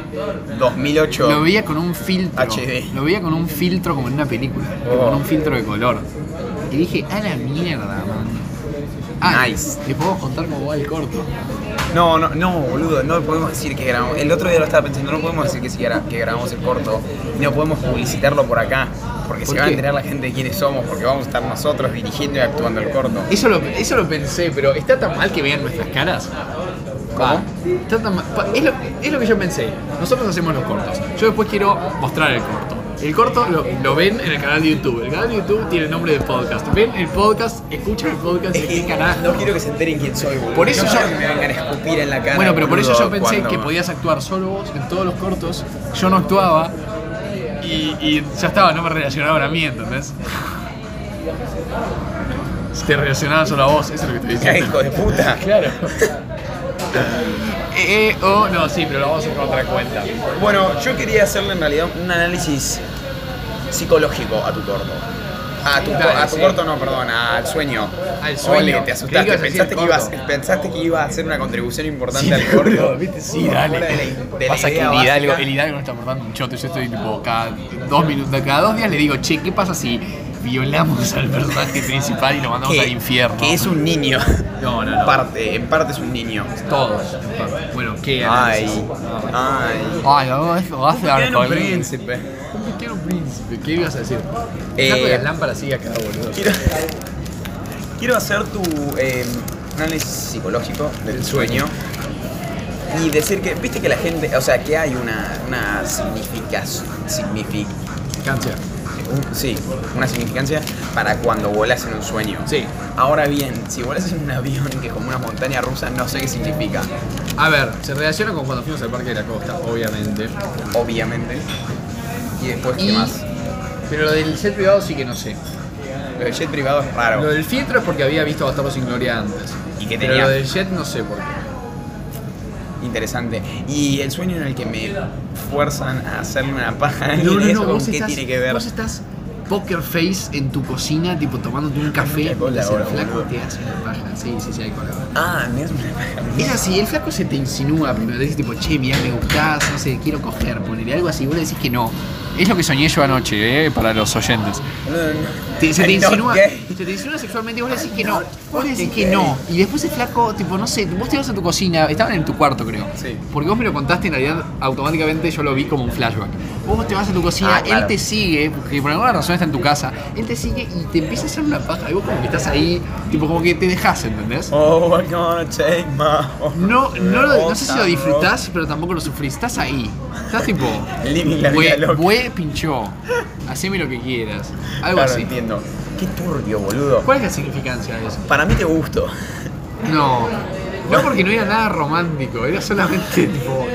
Speaker 2: 2008.
Speaker 1: Lo veía con un filtro.
Speaker 2: HD.
Speaker 1: Lo veía con un filtro como en una película.
Speaker 2: Oh.
Speaker 1: Con un filtro de color. Y dije, a la mierda, man.
Speaker 2: Nice.
Speaker 1: Te puedo contar cómo va el corto.
Speaker 2: No, no, no, boludo, no podemos decir que grabamos. El otro día lo estaba pensando, no podemos decir que, si gra- que grabamos el corto, y no podemos publicitarlo por acá, porque
Speaker 1: ¿Por
Speaker 2: se va a
Speaker 1: qué?
Speaker 2: enterar la gente de quiénes somos, porque vamos a estar nosotros dirigiendo y actuando el corto.
Speaker 1: Eso lo, eso lo pensé, pero ¿está tan mal que vean nuestras caras? Va, está tan mal- pa- Es lo, es lo que yo pensé. Nosotros hacemos los cortos. Yo después quiero mostrar el corto. El corto lo, lo ven en el canal de YouTube. El canal de YouTube tiene el nombre de podcast. Ven el podcast, escuchan el podcast
Speaker 2: Es
Speaker 1: de qué
Speaker 2: que
Speaker 1: canal.
Speaker 2: no quiero que se enteren quién soy, boludo.
Speaker 1: Por eso
Speaker 2: no
Speaker 1: yo-
Speaker 2: quiero que me vengan a escupir en la cara.
Speaker 1: Bueno, pero por eso yo
Speaker 2: boludo,
Speaker 1: pensé
Speaker 2: cuando-
Speaker 1: que podías actuar solo vos en todos los cortos. Yo no actuaba y, y ya estaba, no me relacionaban a mí, ¿entendés? Si te relacionaban solo a vos, eso es lo que estoy
Speaker 2: Ya,
Speaker 1: diciendo.
Speaker 2: hijo de puta.
Speaker 1: Claro. Eh, eh, oh, no, sí, pero lo vamos a encontrar cuenta.
Speaker 2: Bueno, yo quería hacerle en realidad un análisis psicológico a tu corto. A tu,
Speaker 1: Dale,
Speaker 2: a tu
Speaker 1: sí.
Speaker 2: corto, no, perdón, al sueño.
Speaker 1: Al sueño.
Speaker 2: Ole, te
Speaker 1: Creí que ibas a decir
Speaker 2: asustaste. Pensaste que,
Speaker 1: corto.
Speaker 2: ibas, pensaste que iba a hacer una contribución importante
Speaker 1: Sí,
Speaker 2: al corto.
Speaker 1: boludo, viste, sí, dale.
Speaker 2: Fuera de la- de la
Speaker 1: Pasa que
Speaker 2: idea
Speaker 1: el Hidalgo,
Speaker 2: básica.
Speaker 1: el Hidalgo no está aportando un choto. Yo estoy tipo cada dos minutos, cada dos días le digo, che, ¿qué pasa si violamos al personaje principal y lo mandamos
Speaker 2: que-
Speaker 1: al infierno?
Speaker 2: Que es un niño.
Speaker 1: No, no,
Speaker 2: En
Speaker 1: no.
Speaker 2: parte, en parte es un niño.
Speaker 1: Todos. en parte. Bueno, ¿qué
Speaker 2: Ay,
Speaker 1: análisis?
Speaker 2: ay.
Speaker 1: Ay, no, eso va a ser
Speaker 2: Quiero un
Speaker 1: con
Speaker 2: príncipe.
Speaker 1: Un pequeño príncipe. ¿Qué ibas a decir?
Speaker 2: Eh,
Speaker 1: Saco las lámparas sigue acá, boludo.
Speaker 2: Quiero, quiero hacer tu eh, análisis psicológico del sueño y decir que, viste que la gente, o sea, que hay una, una significación, signific,
Speaker 1: Cancia.
Speaker 2: un- sí, una significancia para cuando volas en un sueño.
Speaker 1: Sí.
Speaker 2: Ahora bien, si volas en un avión que es como una montaña rusa, no sé qué significa,
Speaker 1: A ver, se relaciona con cuando fuimos al Parque de la Costa, obviamente.
Speaker 2: obviamente. Y después, Pues, ¿qué
Speaker 1: Y-
Speaker 2: más?
Speaker 1: Pero lo del set privado sí que no sé.
Speaker 2: Lo del jet privado es raro.
Speaker 1: Lo del fieltro es porque había visto Bastardo sin Gloria antes.
Speaker 2: Y que
Speaker 1: Pero
Speaker 2: tenía-
Speaker 1: lo del jet no sé por qué.
Speaker 2: Interesante. Y el sueño en el que me fuerzan a hacerme una paja. a
Speaker 1: No, no,
Speaker 2: alguien, ¿eso
Speaker 1: no,
Speaker 2: con
Speaker 1: vos
Speaker 2: qué
Speaker 1: estás,
Speaker 2: tiene que ver?
Speaker 1: vos estás poker face en tu cocina, tipo tomándote un café,
Speaker 2: Hay cola
Speaker 1: y te hace el
Speaker 2: ahora,
Speaker 1: flaco
Speaker 2: boludo.
Speaker 1: te hace una paja. Sí, sí, sí, hay cola.
Speaker 2: Ah, me hace una paja.
Speaker 1: Es así, el flaco se te insinúa primero, te dice tipo, che, mirá, me gustás, no sé, quiero coger, ponerle algo así, y vos le decís que no. Es lo que soñé yo anoche, eh, para los oyentes.
Speaker 2: No, no, no.
Speaker 1: Te- se, te
Speaker 2: Ay, no,
Speaker 1: insinúa,
Speaker 2: ¿qué?
Speaker 1: se te insinúa sexualmente y vos le decís que no.
Speaker 2: No,
Speaker 1: Vos le decís
Speaker 2: ok.
Speaker 1: que no. Y después el flaco, tipo, no sé, vos te ibas a tu cocina, estaban en tu cuarto, creo.
Speaker 2: Sí.
Speaker 1: Porque vos me lo contaste, en realidad, automáticamente yo lo vi como un flashback. Vos te vas a tu cocina,
Speaker 2: Ah, claro.
Speaker 1: él te sigue, porque por alguna razón está en tu casa, él te sigue y te empieza a hacer una paja. Y vos como que estás ahí, tipo, como que te dejás, ¿entendés?
Speaker 2: Oh, I'm gonna take my-
Speaker 1: No, no, lo- no sé si lo
Speaker 2: Oh,
Speaker 1: disfrutás, pero tampoco lo sufrís. Estás ahí. Estás tipo.
Speaker 2: Living la vida
Speaker 1: "Güey,
Speaker 2: loca".
Speaker 1: güey, pinchó. Haceme lo que quieras. Algo
Speaker 2: Claro,
Speaker 1: así.
Speaker 2: entiendo. Qué turbio, boludo.
Speaker 1: ¿Cuál es la significancia de eso?
Speaker 2: Para mí te gusto.
Speaker 1: No. No porque no era nada romántico, era solamente tipo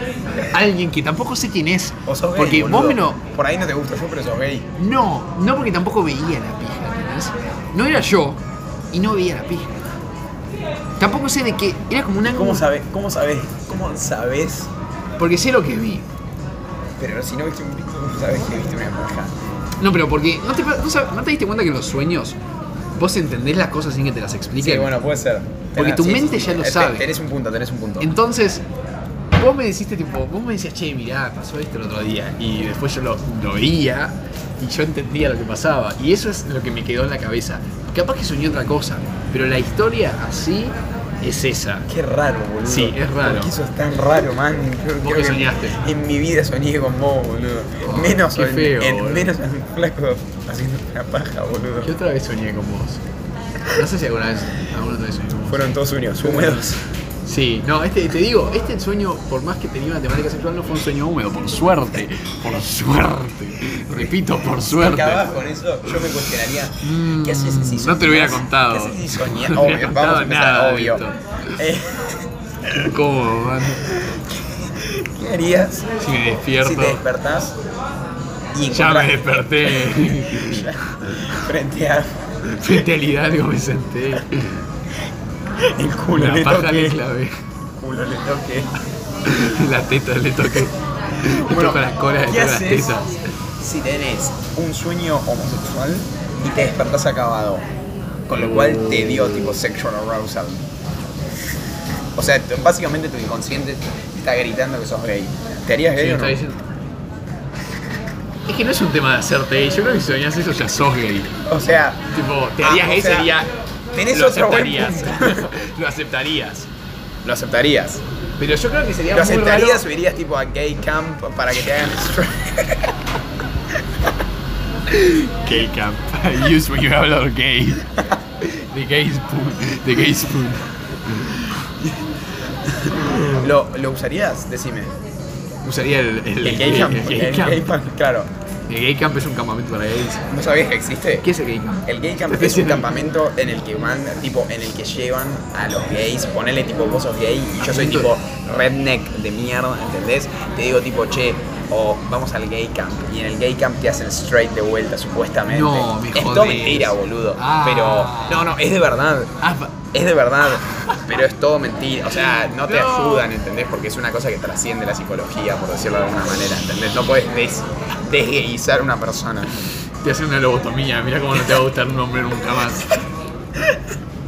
Speaker 1: alguien que tampoco sé quién es.
Speaker 2: O sos gay,
Speaker 1: porque
Speaker 2: boludo.
Speaker 1: vos me lo.
Speaker 2: Por ahí no te gusto yo, pero sos gay.
Speaker 1: No, no porque tampoco veía la pija, ¿entendés? No era yo y no veía la pija. Tampoco sé de qué. Era como un ángulo.
Speaker 2: ¿Cómo sabes? ¿Cómo sabes? ¿Cómo sabes?
Speaker 1: Porque sé lo que vi.
Speaker 2: Pero si no viste un pito, ¿cómo sabes que viste una paja?
Speaker 1: No, pero porque. ¿No te, pa- no sab- no te diste cuenta que en los sueños vos entendés las cosas sin que te las expliquen?
Speaker 2: Sí, bueno, puede ser.
Speaker 1: Porque tu mente ya lo
Speaker 2: Te-
Speaker 1: sabe.
Speaker 2: Eh, Tenés un punto, tenés un punto.
Speaker 1: Entonces, vos me deciste tipo, vos me decías, che, mirá, pasó esto el otro día. Y después yo lo, lo veía y yo entendía lo que pasaba. Y eso es lo que me quedó en la cabeza. Capaz que soñé otra cosa, pero la historia así es esa.
Speaker 2: Qué raro, boludo.
Speaker 1: Sí, es raro.
Speaker 2: ¿Por qué eso es tan raro, man? Yo creo
Speaker 1: qué
Speaker 2: que
Speaker 1: soñaste?
Speaker 2: En mi vida soñé con vos, boludo.
Speaker 1: Oh,
Speaker 2: menos,
Speaker 1: qué
Speaker 2: al-
Speaker 1: feo,
Speaker 2: en-
Speaker 1: boludo.
Speaker 2: menos al flaco haciendo una paja, boludo.
Speaker 1: Yo otra vez soñé con vos. No sé si alguna vez, alguna otra vez soñé con vos.
Speaker 2: Fueron todos unidos, húmedos.
Speaker 1: Sí, no, este, te digo, este sueño, por más que tenía una temática sexual, no fue un sueño húmedo, por suerte, por suerte, repito, por suerte.
Speaker 2: Acabás con eso, yo me cuestionaría.
Speaker 1: Mm,
Speaker 2: ¿Qué haces si
Speaker 1: no te lo hubiera
Speaker 2: soñás?
Speaker 1: contado.
Speaker 2: ¿Qué haces si soñás?
Speaker 1: No te hubiera
Speaker 2: Obvio, vamos
Speaker 1: contado
Speaker 2: a empezar,
Speaker 1: nada,
Speaker 2: obvio.
Speaker 1: Vito.
Speaker 2: Eh,
Speaker 1: ¿Cómo, man?
Speaker 2: ¿Qué harías
Speaker 1: Si me despierto,
Speaker 2: si te despertás y
Speaker 1: ya me
Speaker 2: encontrás
Speaker 1: desperté,
Speaker 2: frente a
Speaker 1: frente al Hidalgo me senté,
Speaker 2: el culo
Speaker 1: una
Speaker 2: le
Speaker 1: paja le
Speaker 2: toqué?
Speaker 1: clavé,
Speaker 2: culo le toqué.
Speaker 1: la teta le toqué, le toco las colas, le
Speaker 2: ¿qué
Speaker 1: toco las
Speaker 2: haces
Speaker 1: tetas.
Speaker 2: si tenés un sueño homosexual y te despertás acabado? Con lo cual te dio tipo sexual arousal. O sea, t- básicamente tu inconsciente te está gritando que sos gay. ¿Te harías
Speaker 1: Sí,
Speaker 2: gay o
Speaker 1: está
Speaker 2: no?
Speaker 1: diciendo- Es que no es un tema de hacerte gay, yo creo que si soñás eso ya sos gay.
Speaker 2: O sea,
Speaker 1: Tipo, te
Speaker 2: Ah,
Speaker 1: harías
Speaker 2: o
Speaker 1: gay,
Speaker 2: sea,
Speaker 1: sería.
Speaker 2: tenés
Speaker 1: lo
Speaker 2: otro buen
Speaker 1: aceptarías.
Speaker 2: punto.
Speaker 1: lo aceptarías.
Speaker 2: lo aceptarías.
Speaker 1: Pero yo creo que sería
Speaker 2: ¿Lo
Speaker 1: muy
Speaker 2: aceptarías o
Speaker 1: raro.
Speaker 2: irías tipo a gay camp para que te hagan
Speaker 1: Gay camp. Use when you hablar gay. The gay spoon. The gay spoon.
Speaker 2: ¿Lo, ¿Lo usarías? Decime.
Speaker 1: Usaría el. El,
Speaker 2: El gay camp.
Speaker 1: el gay camp.
Speaker 2: claro.
Speaker 1: El Gay Camp es un campamento para gays.
Speaker 2: ¿No sabías que existe?
Speaker 1: ¿Qué es el Gay Camp?
Speaker 2: El gay camp es un campamento en el que van, tipo, en el que llevan a los gays, ponele tipo vos sos gay y yo soy tipo redneck de mierda, ¿entendés? Te digo tipo, che, o vamos al gay camp. Y en el gay camp te hacen straight de vuelta, supuestamente.
Speaker 1: No, me
Speaker 2: Es todo
Speaker 1: jodés.
Speaker 2: mentira, boludo.
Speaker 1: Ah.
Speaker 2: Pero. No, no, es de verdad.
Speaker 1: Ah, pa-
Speaker 2: Es de verdad, pero es todo mentira. O sea, no te
Speaker 1: No.
Speaker 2: ayudan, ¿entendés? Porque es una cosa que trasciende la psicología, por decirlo de alguna manera, ¿entendés? No puedes des desgayizar a una persona.
Speaker 1: Te hacen una lobotomía, mira cómo no te va a gustar un hombre nunca más.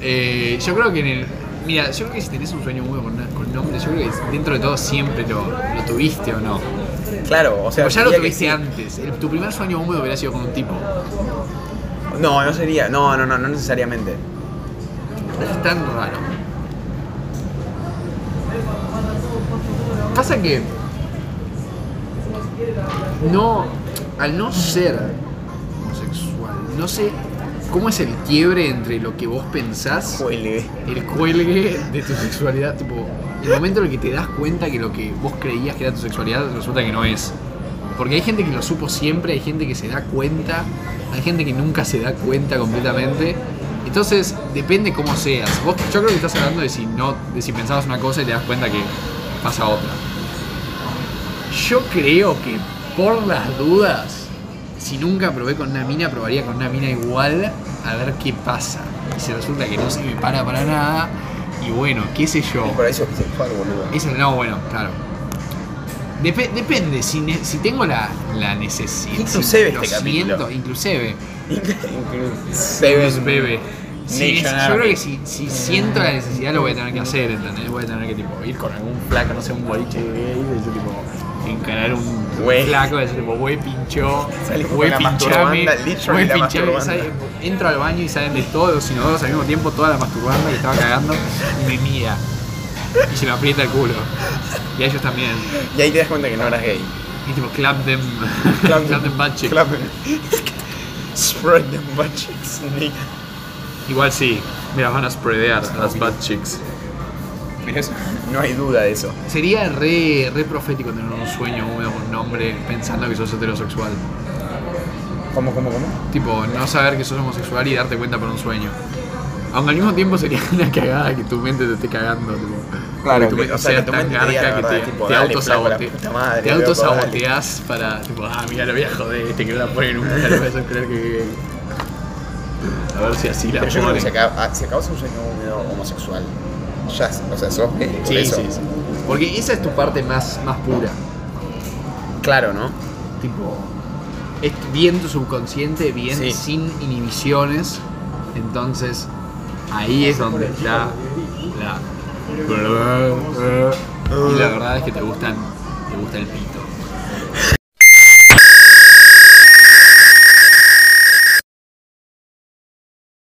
Speaker 1: Eh, yo creo que en el. Mira, yo creo que si tenés un sueño húmedo con, na- con nombre, yo creo que dentro de todo siempre lo, lo tuviste o no.
Speaker 2: Claro, o sea.
Speaker 1: Pero ya lo
Speaker 2: diría que
Speaker 1: tuviste
Speaker 2: sí.
Speaker 1: antes. El- tu primer sueño húmedo hubiera sido con un tipo.
Speaker 2: No, no sería. No, no, no, no necesariamente.
Speaker 1: Es tan raro. Pasa que. No. Al no ser homosexual, no sé cómo es el quiebre entre lo que vos pensás,
Speaker 2: Huele.
Speaker 1: el cuelgue de tu sexualidad. Tipo, el momento en el que te das cuenta que lo que vos creías que era tu sexualidad resulta que no es. Porque hay gente que lo supo siempre, hay gente que se da cuenta, hay gente que nunca se da cuenta completamente. Entonces, depende cómo seas. Vos, yo creo que estás hablando de si, no, de si pensabas una cosa y te das cuenta que pasa otra. Yo creo que por las dudas, si nunca probé con una mina, probaría con una mina igual a ver qué pasa. Y si resulta que no se me para para nada, y bueno, qué sé yo.
Speaker 2: Y por ahí sos bisexual, boludo.
Speaker 1: Ese no, bueno, claro. Depe- depende, si, ne- si tengo la, la necesidad.
Speaker 2: Inclusive
Speaker 1: si lo
Speaker 2: este capítulo.
Speaker 1: siento, inclusive.
Speaker 2: Seven.
Speaker 1: Bebe. Sí,
Speaker 2: Nation
Speaker 1: yo creo
Speaker 2: Army.
Speaker 1: que si, si siento la necesidad lo voy a tener que hacer, ¿entendés? Voy a tener que tipo, ir con algún flaco, no sé, un boliche gay, y decir, tipo, encarar un
Speaker 2: Güey.
Speaker 1: flaco, decir tipo, güey pinchó,
Speaker 2: Salimos
Speaker 1: güey
Speaker 2: con la
Speaker 1: pinchame,
Speaker 2: masturbanda, literally
Speaker 1: güey
Speaker 2: la
Speaker 1: pinchame.
Speaker 2: masturbanda.
Speaker 1: sale- Entro al baño y salen de todos los inodoros al mismo tiempo, toda la masturbanda que estaba cagando, y me mira. Y se me aprieta el culo. Y a ellos también.
Speaker 2: Y ahí te das cuenta que no eras gay.
Speaker 1: Y tipo, clap them, clap, them butt cheeks.
Speaker 2: Clap them. Spread them butt cheeks, nigga.
Speaker 1: Igual sí, me las van a spreadear, a las butt chicks.
Speaker 2: Pero eso, no hay duda de eso.
Speaker 1: Sería re, re profético tener un sueño húmedo con nombre pensando que sos heterosexual.
Speaker 2: ¿Cómo, cómo, cómo?
Speaker 1: Tipo, no saber que sos homosexual y darte cuenta por un sueño. Aunque al mismo tiempo sería una cagada que tu mente te esté cagando. Tipo,
Speaker 2: Claro,
Speaker 1: que tu
Speaker 2: que-
Speaker 1: mente
Speaker 2: o sea,
Speaker 1: sea
Speaker 2: que tu
Speaker 1: tan
Speaker 2: mente te diga la
Speaker 1: garca que
Speaker 2: verdad,
Speaker 1: te,
Speaker 2: tipo,
Speaker 1: te
Speaker 2: dale, flaco, la
Speaker 1: autosabote-
Speaker 2: puta madre,
Speaker 1: te
Speaker 2: loco,
Speaker 1: autosaboteás para, tipo, ah, mira, lo voy a joder, este que no la pone nunca, lo voy a hacer creer que. A ver si así la
Speaker 2: Pero yo creo que
Speaker 1: pone.
Speaker 2: ah, si acá- si acabas un sueño húmedo homosexual, ya, o sea, sos gay. por
Speaker 1: Sí,
Speaker 2: eso.
Speaker 1: sí, sí. Porque esa es tu parte más, más pura.
Speaker 2: Claro, ¿no?
Speaker 1: tipo es bien tu subconsciente, bien
Speaker 2: Sí.
Speaker 1: sin inhibiciones. Entonces ahí es donde está la verdad. Y la verdad es que te gustan, te gusta el pito.